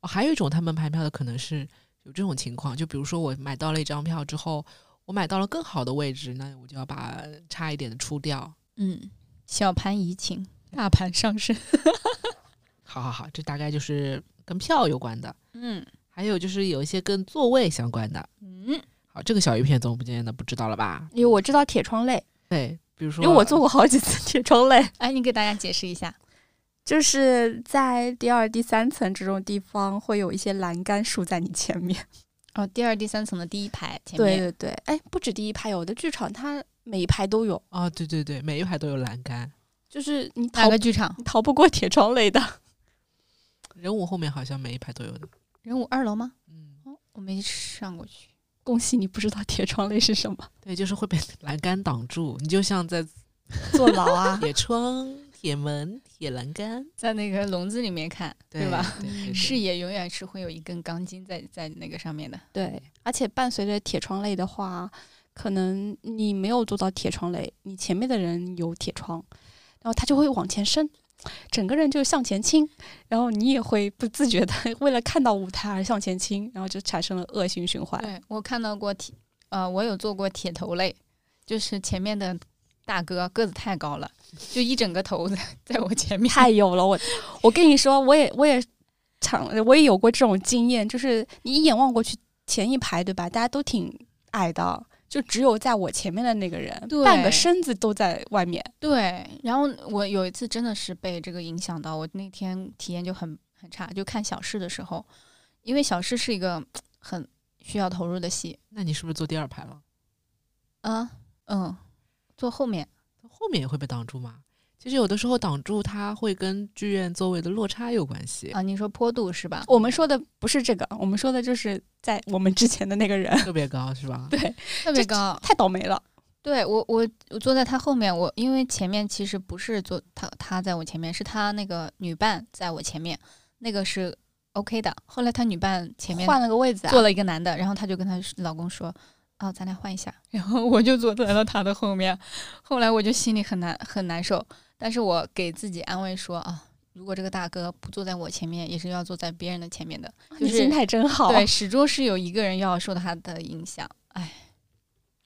S2: 哦，还有一种他们盘票的可能是有这种情况，就比如说我买到了一张票之后，我买到了更好的位置，那我就要把差一点的出掉。
S3: 嗯，小盘怡情，大盘上升。
S2: 好好好，这大概就是跟票有关的，
S3: 嗯
S2: 还有就是有一些跟座位相关的。
S3: 嗯，
S2: 好，这个小鱼片总不见得不知道了吧？
S1: 因为我知道铁窗泪，
S2: 对，比如说，
S1: 因为我做过好几次 铁窗泪，
S3: 哎，你给大家解释一下。
S1: 就是在第二、第三层这种地方会有一些栏杆竖在你前面。
S3: 哦，第二、第三层的第一排前
S1: 对
S3: 面，
S1: 对对，哎，不止第一排，有的剧场它每一排都有，
S2: 哦，对对对，每一排都有栏杆。
S1: 就是你
S3: 哪
S1: 逃
S3: 个剧场？
S1: 你逃不过铁窗泪的。
S2: 人物后面好像每一排都有的。
S3: 人武二楼吗？
S2: 嗯，
S3: 哦，我没上过去。
S1: 恭喜你不知道铁窗泪是什么，
S2: 对，就是会被 栏杆挡住，你就像在
S1: 坐牢啊！
S2: 铁窗、铁门、铁栏杆，
S3: 在那个笼子里面看，
S2: 对
S3: 吧？？
S2: 对对对
S3: 视野永远是会有一根钢筋在在那个上面的。
S1: 对，而且伴随着铁窗泪的话，可能你没有做到铁窗泪，你前面的人有铁窗，然后他就会往前伸，整个人就向前倾，然后你也会不自觉的 为了看到舞台而向前倾，然后就产生了恶性循环。
S3: 对我看到过铁，呃，我有做过铁头类，就是前面的大哥个子太高了，就一整个头在 在我前面。
S1: 太有了，我我跟你说，我也我也尝，我也有过这种经验，就是你一眼望过去，前一排对吧，大家都挺矮的，就只有在我前面的那个人，半
S3: 对
S1: 个身子都在外面。
S3: 对，然后我有一次真的是被这个影响到，我那天体验就很很差，就看小事的时候，因为小事是一个很需要投入的戏，
S2: 那你是不是坐第二排了？
S3: 啊，嗯，坐后面，
S2: 后面也会被挡住吗？其实有的时候挡住它会跟剧院座位的落差有关系，
S3: 啊，你说坡度是吧？
S1: 我们说的不是这个，我们说的就是在我们之前的那个人
S2: 特别高是吧？
S1: 对
S3: 特别高，
S1: 太倒霉了。
S3: 对我，我我坐在他后面，我因为前面其实不是坐他，他在我前面，是他那个女伴在我前面，那个是 OK 的。后来他女伴前面
S1: 换了个位置啊，
S3: 坐了一个男的，然后他就跟他老公说：“哦，咱俩换一下。” 然后我就坐在了他的后面。后来我就心里很难很难受，但是我给自己安慰说：“啊，如果这个大哥不坐在我前面，也是要坐在别人的前面的。”就
S1: 你
S3: 是
S1: 心态真好。
S3: 对，始终是有一个人要受到他的影响。哎，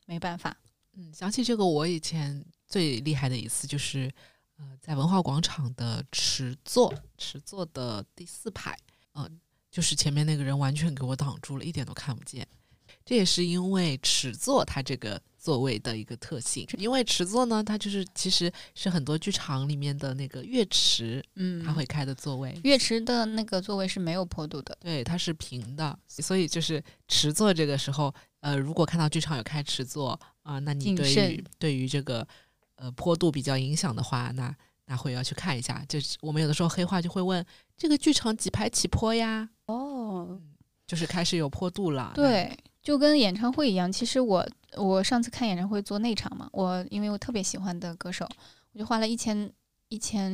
S3: 没办法。
S2: 嗯，想起这个，我以前最厉害的一次就是，呃，在文化广场的池座，池座的第四排，嗯、就是前面那个人完全给我挡住了，一点都看不见。这也是因为池座它这个座位的一个特性，因为池座呢，它就是其实是很多剧场里面的那个乐池，
S3: 嗯，
S2: 它会开的座位，
S3: 月池的那个座位是没有坡度的，
S2: 对，它是平的，所以就是池座这个时候，呃，如果看到剧场有开池座啊、那你
S3: 谨
S2: 对
S3: 慎
S2: 于对于这个呃坡度比较影响的话，那那会要去看一下。就是我们有的时候黑话就会问这个剧场几排起坡呀，
S1: 哦，
S2: 就是开始有坡度了。那，
S3: 对，就跟演唱会一样。其实我我上次看演唱会做内场嘛，我因为我特别喜欢的歌手，我就花了一千一千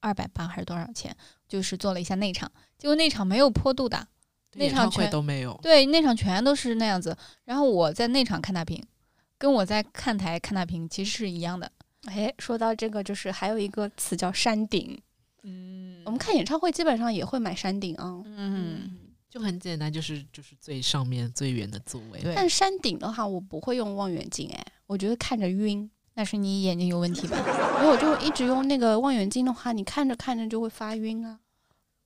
S3: 二百八还是多少钱，就是做了一下内场，结果内场没有坡度的，
S2: 对
S3: 那
S2: 演
S3: 场
S2: 唱会
S3: 全
S2: 都没有。
S3: 对，内场全都是那样子。然后我在内场看大屏，跟我在看台看大屏其实是一样的。
S1: 哎，说到这个，就是还有一个词叫山顶。
S3: 嗯
S1: 我们看演唱会基本上也会买山顶啊，
S3: 嗯，
S2: 就很简单，就是就是最上面最远的座位。
S3: 对
S1: 但山顶的话，我不会用望远镜，哎，我觉得看着晕。
S3: 那是你眼睛有问题吧？
S1: 如果就一直用那个望远镜的话，你看着看着就会发晕啊。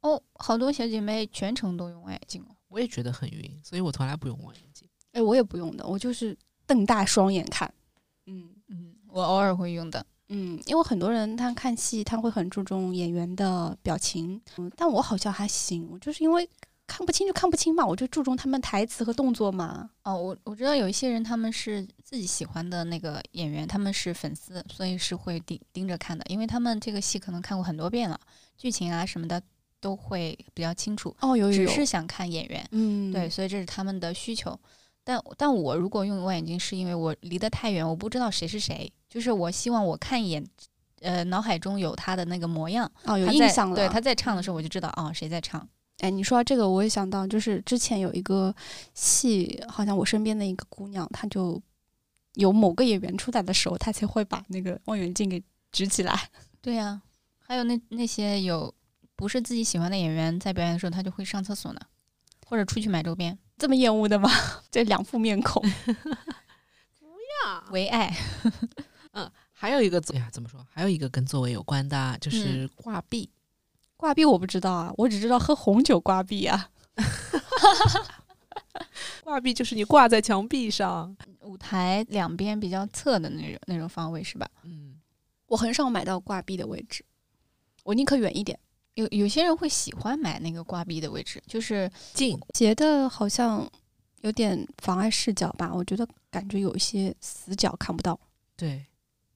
S3: 哦，好多小姐妹全程都用望远镜哦。
S2: 我也觉得很晕，所以我从来不用望远镜。
S1: 哎，我也不用的，我就是瞪大双眼看。嗯
S3: 嗯，我偶尔会用的。
S1: 嗯，因为很多人他看戏他会很注重演员的表情，嗯，但我好像还行，我就是因为看不清就看不清嘛，我就注重他们台词和动作嘛。
S3: 哦，我我知道有一些人他们是自己喜欢的那个演员，他们是粉丝，所以是会盯盯着看的，因为他们这个戏可能看过很多遍了，剧情啊什么的都会比较清楚，
S1: 哦，有有
S3: 只
S1: 有，
S3: 是想看演员，
S1: 嗯，
S3: 对，所以这是他们的需求。但但我如果用望远镜，是因为我离得太远，我不知道谁是谁，就是我希望我看一眼，呃，脑海中有他的那个模样，
S1: 哦，有
S3: 他
S1: 印
S3: 在
S1: 象了。
S3: 对，他在唱的时候我就知道啊、哦谁在唱。
S1: 哎，你说到这个，我也想到，就是之前有一个戏，好像我身边的一个姑娘，她就有某个演员出来的时候，她才会把那个望远镜给举起来。
S3: 对呀、还有那那些有不是自己喜欢的演员在表演的时候，他就会上厕所呢，或者出去买周边，
S1: 这么厌恶的吗？ 这两副面孔，啊
S3: 唯爱。
S2: 啊嗯，还有一个，哎呀，怎么说？还有一个跟座位有关的，就是挂壁。
S1: 挂壁我不知道啊，我只知道喝红酒挂壁啊。
S2: 挂壁就是你挂在墙壁上，
S3: 舞台两边比较侧的那种那种方位是吧？
S2: 嗯，
S1: 我很少买到挂壁的位置，我宁可远一点。
S3: 有有些人会喜欢买那个挂壁的位置，就是
S2: 近
S1: 斜的好像有点妨碍视角吧，我觉得感觉有一些死角看不到。
S2: 对，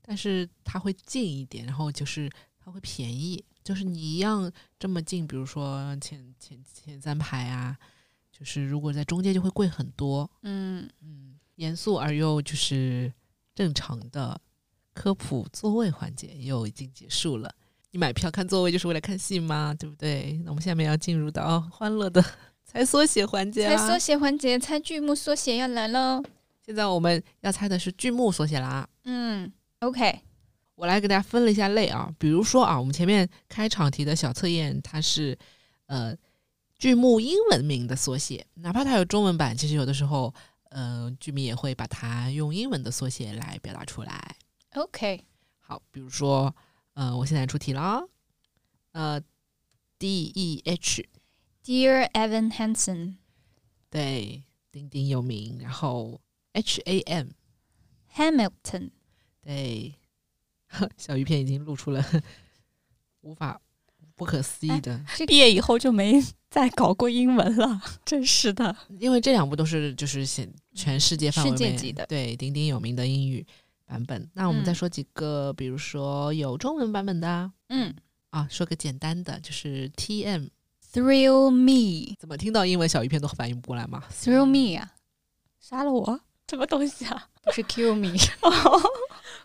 S2: 但是它会近一点，然后就是它会便宜，就是你一样这么近，比如说前前前三排啊，就是如果在中间就会贵很多。
S3: 嗯，
S2: 嗯，严肃而又就是正常的科普座位环节又已经结束了。你买票看座位就是为了看戏吗？对不对？那我们下面要进入到欢乐的 猜缩写环节
S1: 啊
S2: 啊
S3: 猜缩
S2: 啦。
S3: 写环节，猜剧目缩写要来喽。
S2: 现在我们要猜的是剧目缩写啦。
S3: 嗯，OK，
S2: 我来给大家分了一下类啊，比如说啊，我们前面开场题的小测验，它是呃剧目英文名的缩写，哪怕它有中文版，其实有的时候，呃，剧迷也会把它用英文的缩写来表达出来。
S3: OK，
S2: 好，比如说，呃，我现在出题了啊，呃，D E H，
S3: Dear Evan Hansen,
S2: 对，鼎鼎有名，然后 H A M，
S3: Hamilton,
S2: 对， 小鱼片已经露出了 无法不可思议
S3: 哎
S2: 的。
S1: 毕业以后就没 再搞过英文了，真是的。
S2: 因为这两部都是就是显全世界范围
S3: 世界
S2: 内
S3: 级的
S2: 对鼎鼎有名的英语版本。那我们再
S3: 嗯
S2: 说几个，比如说有中文版本的啊
S3: 嗯
S2: 啊，说个简单的，就是 T M。
S3: ，Thrill Me,
S2: 怎么听到英文小鱼片都反应不过来吗？
S3: Thrill Me 啊，
S1: 杀了我，什么东西啊？
S3: 不是 Kill Me。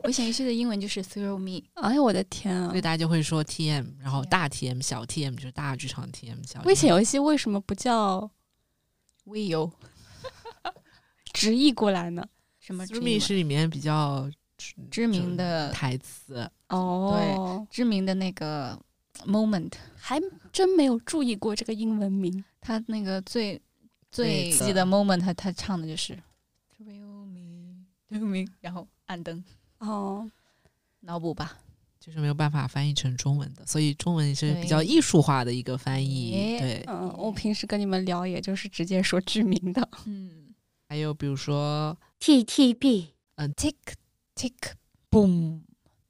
S3: 我想一句的英文就是 Thrill Me。
S1: 哎呦我的天啊
S2: 所以！大家就会说 T M，然后
S3: TM
S2: 大 T M、小 T M 就是大剧场 T M 小 TM。
S1: 危险游戏为什么不叫
S3: We 有
S1: 直译过来呢？
S3: 什么
S2: 私密
S3: 英文
S2: 是里面比较知
S3: 知名的
S2: 台词，
S1: 哦，
S3: 知名的那个 moment，
S1: 还真没有注意过这个英文名。
S3: 他那个最
S2: 对
S3: 最
S2: 的
S3: 记得 moment，他他唱的就是 Thrill Me, Thrill Me，然后按灯
S1: 哦，
S3: 脑补 吧。
S2: 就是没有办法翻译成中文的，所以中文也是比较
S3: 对
S2: 艺术化的一个翻译。
S3: 耶
S2: 对，
S1: 嗯，我平时跟你们聊，也就是直接说剧名的。
S3: 嗯
S2: 还有比如说嗯
S4: TTB
S3: ，Tick Tick Boom。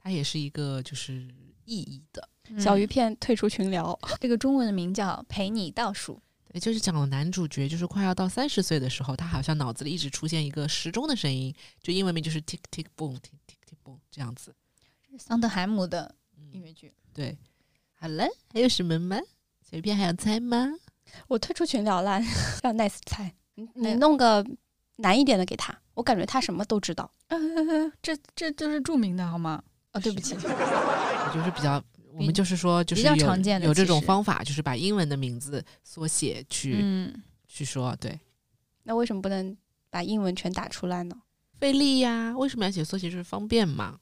S2: 它也是一个就是意义的，
S1: 小鱼片退出群聊，
S3: 这个中文的名叫《陪你倒数》。
S2: 对，就是讲了男主角就是快要到三十岁的时候，他好像脑子里一直出现一个时钟的声音，就英文名就是 tick tick boom tick tick tick boom 这样子。
S3: 桑德海姆的音
S2: 嗯，
S3: 乐剧。
S2: 对。好了，还有什么吗？小鱼片还要猜吗？
S1: 我退出群聊 了，让 Nice 猜，你
S3: 哎
S1: 你弄个难一点的给他，我感觉他什么都知 道。
S3: 这这都是著名的好吗？啊，对不起，
S2: 我就是比较，我
S3: 比
S2: 们就是说，就是
S3: 比较
S2: 有
S3: 常见的
S2: 有这
S3: 其
S2: 种
S3: 实
S2: 方法，就是把英文的名字缩写去、
S3: 嗯，
S2: 去说。对，
S1: 那为什么不能把英文全打出来呢？
S2: 费力呀、为什么要写缩写？就是方便嘛。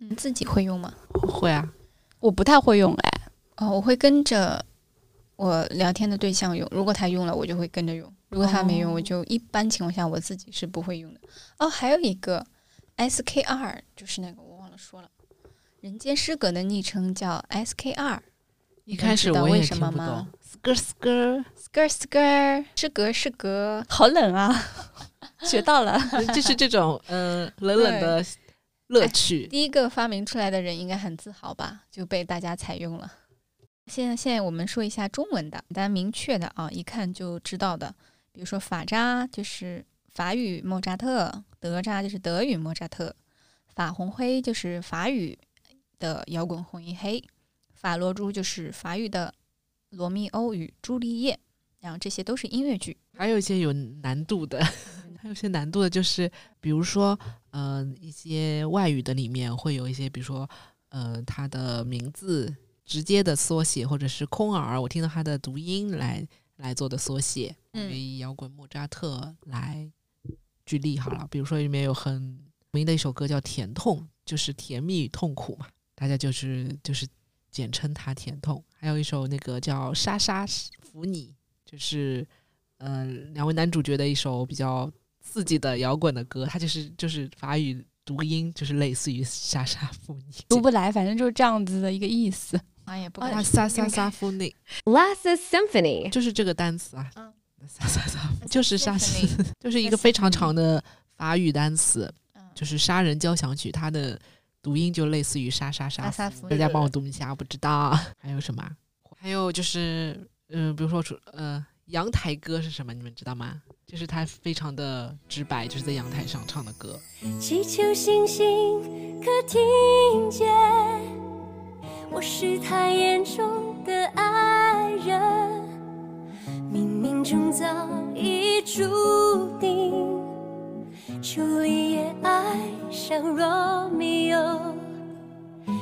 S3: 你嗯自己会用吗？
S2: 会啊，
S1: 我不太会用哎，
S3: 哦，我会跟着我聊天的对象用，如果他用了，我就会跟着用；如果他没用，
S1: 哦
S3: 我就一般情况下我自己是不会用的。哦，还有一个 SKR，就是那个我忘了说了，人间失格的昵称叫 SKR。
S2: 一
S3: 你
S2: 开
S3: 们
S2: 始
S3: 知道
S2: 我也
S3: 为什
S2: 听
S3: 么
S2: 不懂
S3: 吗。
S2: skr skr，
S3: skr skr，失格失格，
S1: 好冷啊！ 学到了，
S2: 就是这种嗯、呃冷冷的乐趣。
S3: 第一个发明出来的人应该很自豪吧，就被大家采用了。现在，现在我们说一下中文的，简单明确的啊，一看就知道的，比如说法扎就是法语莫扎特，德扎就是德语莫扎特，法红黑就是法语的摇滚红一黑，法罗珠就是法语的罗密欧与朱丽叶，然后这些都是音乐剧。
S2: 还有一些有难度的， 还有一些难度的，就是比如说，呃，一些外语的里面会有一些，比如说，呃，它的名字直接的缩写，或者是空耳，我听到它的读音来来做的缩写。
S3: 嗯
S2: 以摇滚莫扎特来举例好了，比如说里面有很有名的一首歌叫《甜痛》，就是甜蜜与痛苦嘛，大家就是就是简称它甜痛。还有一首那个叫《莎莎扶你》，就是嗯、呃两位男主角的一首比较刺激的摇滚的歌，它就是就是法语读音，就是类似于《莎莎扶你》。
S1: 读不来，反正就是这样子的一个意思。
S3: 啊，也不
S1: 啊
S3: 敢
S2: 拉
S1: 哎
S2: 萨萨萨夫内
S5: Lasses Symphony.
S2: 就是这个单词啊
S3: 嗯，
S2: 萨萨萨就是杀死
S3: Symphony，
S2: 就是一个非常长的法语单词，就是《杀人交响曲》，它的读音就类似于杀杀杀
S3: 拉
S2: 死。
S3: 萨夫
S2: 大家帮我读一下，我不知道。还有什么啊？还有就是，嗯、比如说除呃，阳台歌是什么？你们知道吗？就是它非常的直白，就是在阳台上唱的歌。
S6: 祈求星星可听见，我是他眼中的爱人，冥冥中早已注定，朱丽叶爱上罗密欧，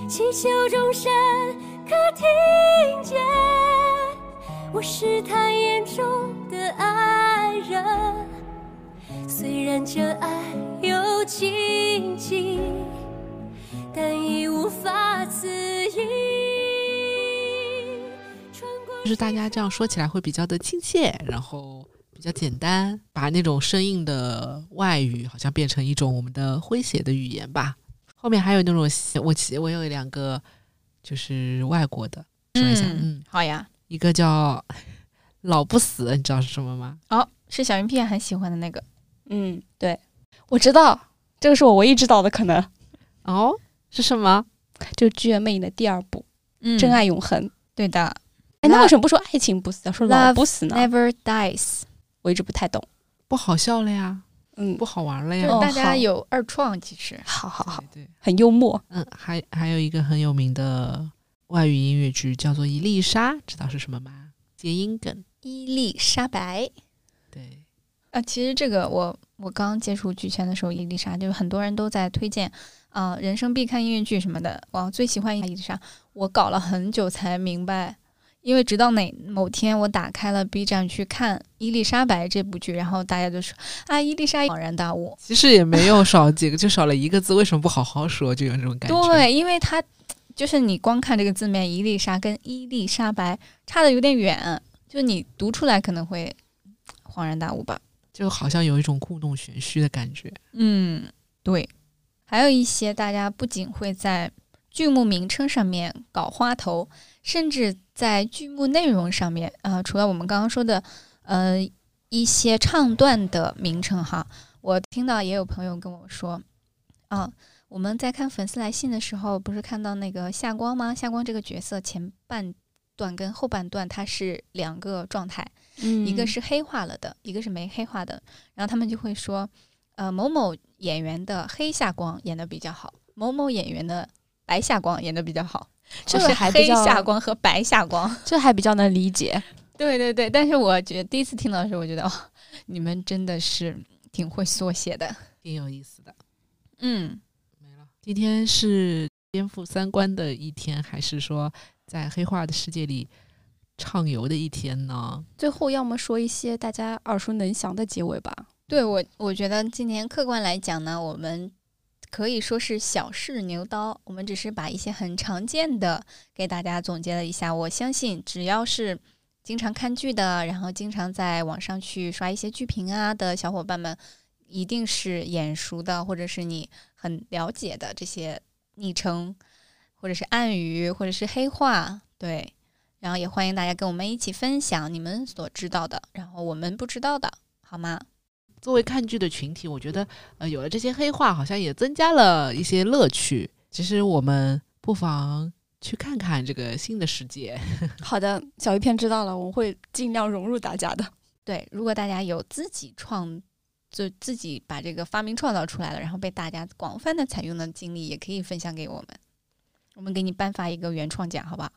S6: 祈求众神可听见，我是他眼中的爱人。虽然这爱有禁忌，但已无法自已。穿过
S2: 就是大家这样说起来会比较的亲切，然后比较简单，把那种生硬的外语好像变成一种我们的诙谐的语言吧。后面还有那种写我其我有两个就是外国的，说一下，嗯，
S3: 好呀。
S2: 一个叫老不死，你知道是什么吗？
S3: 哦，是小云屁眼很喜欢的那个，
S1: 嗯，对，我知道，这个是我唯一知道的，可能
S2: 哦，是什么？
S1: 就是《剧院魅影》的第二部
S3: 嗯
S1: 《真爱永恒》。
S3: 对的
S1: 哎，那
S3: Love-
S1: 为什么不说爱情不死，要说老
S3: Love
S1: 不死呢？
S3: ，Never Dies，
S1: 我一直不太懂。
S2: 不好笑了呀，
S1: 嗯
S2: 不，好玩了
S3: 就
S2: 呀。
S3: 是
S1: 哦
S3: 大家
S1: 好
S3: 有二创，其实
S1: 好好好，
S2: 对对，
S1: 很幽默。
S2: 嗯，还还有一个很有名的外语音乐剧叫做《一粒沙》，知道是什么吗？谐音梗，
S3: 伊丽莎白
S2: 对。
S3: 啊，其实这个我我刚接触剧圈的时候，伊丽莎就是很多人都在推荐，啊、人生必看音乐剧什么的，我最喜欢伊丽莎，我搞了很久才明白。因为直到哪某天我打开了 B 站去看《伊丽莎白》这部剧，然后大家就说啊，伊丽莎恍然大悟，
S2: 其实也没有少几个，就少了一个字，为什么不好好说？就有这种感觉。，
S3: 对，因为它就是你光看这个字面“伊丽莎”跟“伊丽莎白”差的有点远，就你读出来可能会恍然大悟吧。
S2: 就好像有一种故弄玄虚的感觉。
S3: 嗯，对。还有一些大家不仅会在剧目名称上面搞花头，甚至在剧目内容上面，啊，除了我们刚刚说的，呃，一些唱段的名称哈，我听到也有朋友跟我说，啊，我们在看粉丝来信的时候，不是看到那个夏光吗？夏光这个角色前半段跟后半段它是两个状态，
S1: 嗯
S3: 一个是黑化了的，一个是没黑化的。然后他们就会说，呃，某某演员的黑夏光演的比较好，某某演员的白夏光演的比较好，
S1: 这
S3: 哦就是
S1: 个还
S3: 黑
S1: 比较
S3: 夏光和白夏光。
S1: 这还比较能理解。
S3: 对对对，但是我觉得第一次听到的时候，我觉得哦，你们真的是挺会缩写的。
S2: 挺有意思的。
S3: 嗯，
S2: 没了。今天是颠覆三观的一天，还是说在黑化的世界里畅游的一天呢？
S1: 最后，要么说一些大家耳熟能详的结尾吧。
S3: 对我我觉得今年客观来讲呢，我们。可以说是小试牛刀，我们只是把一些很常见的给大家总结了一下。我相信，只要是经常看剧的，然后经常在网上去刷一些剧评啊的小伙伴们，一定是眼熟的，或者是你很了解的这些昵称，或者是暗语，或者是黑话，对。然后也欢迎大家跟我们一起分享你们所知道的，然后我们不知道的，好吗？
S2: 作为看剧的群体，我觉得呃，有了这些黑话，好像也增加了一些乐趣。其实我们不妨去看看这个新的世界。
S1: 好的，小鱼片知道了，我会尽量融入大家的。
S3: 对，如果大家有自己创，就自己把这个发明创造出来了，然后被大家广泛的采用的经历，也可以分享给我们，我们给你颁发一个原创奖，好不好？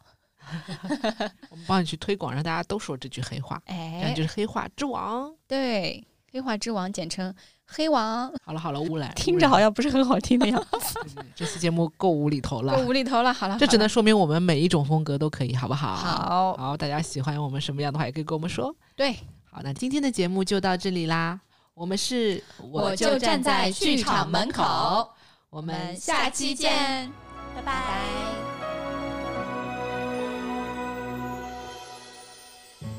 S2: 我们帮你去推广，让大家都说这句黑话，这样
S3: 哎
S2: 就，是黑话之王。
S3: 对，黑化之王，简称黑王，
S2: 好了好了，污染
S1: 听着好像不是很好听的样 子。
S2: 对这期节目够无厘头
S3: 够
S2: 了
S3: 无，厘头了，好了，
S2: 这
S3: 好
S2: 只
S3: 了
S2: 能说明我们每一种风格都可以，好不好？，
S3: 好，
S2: 好，大家喜欢我们什么样的话，也可以跟我们说。
S3: 对，
S2: 好，那今天的节目就到这里啦，我们是
S3: 我就站在剧场门口，
S2: 我
S3: 我
S2: 们
S3: 们
S2: 下
S3: 下期见，
S6: 拜
S3: 拜
S6: 拜。
S3: 拜。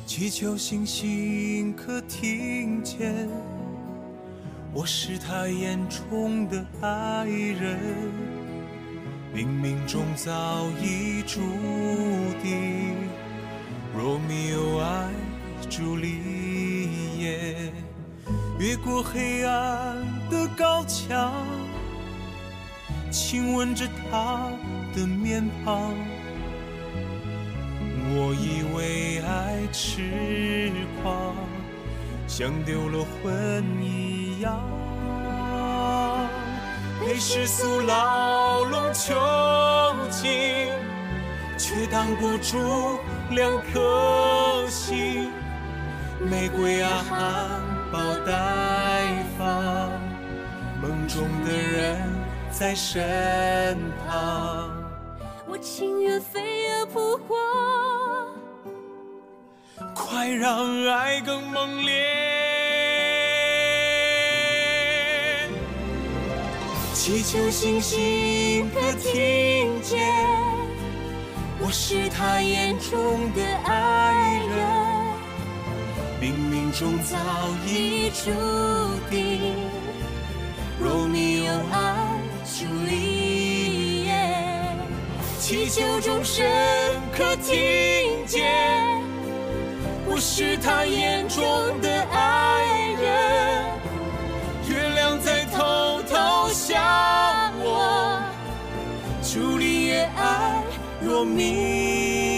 S7: 祈求星星可听见，我是他眼中的爱人，冥冥中早已注题。罗密欧爱朱丽叶，越过黑暗的高墙，亲吻着她的面庞。我以为爱痴狂，像丢了魂一样，被世俗牢笼囚禁，却挡不住两颗心。玫瑰啊，含苞待放，梦中的人在身旁。
S6: 我情愿飞蛾扑火，
S7: 快让爱更猛烈。祈求星星可听见，
S6: 我是他眼中的爱人，
S7: 冥冥中早已
S6: 已注定。
S7: 罗密欧爱
S6: 朱丽叶，
S7: 祈求众生可听见，我是他眼中的爱人。月亮在偷偷想我，朱丽叶爱若明。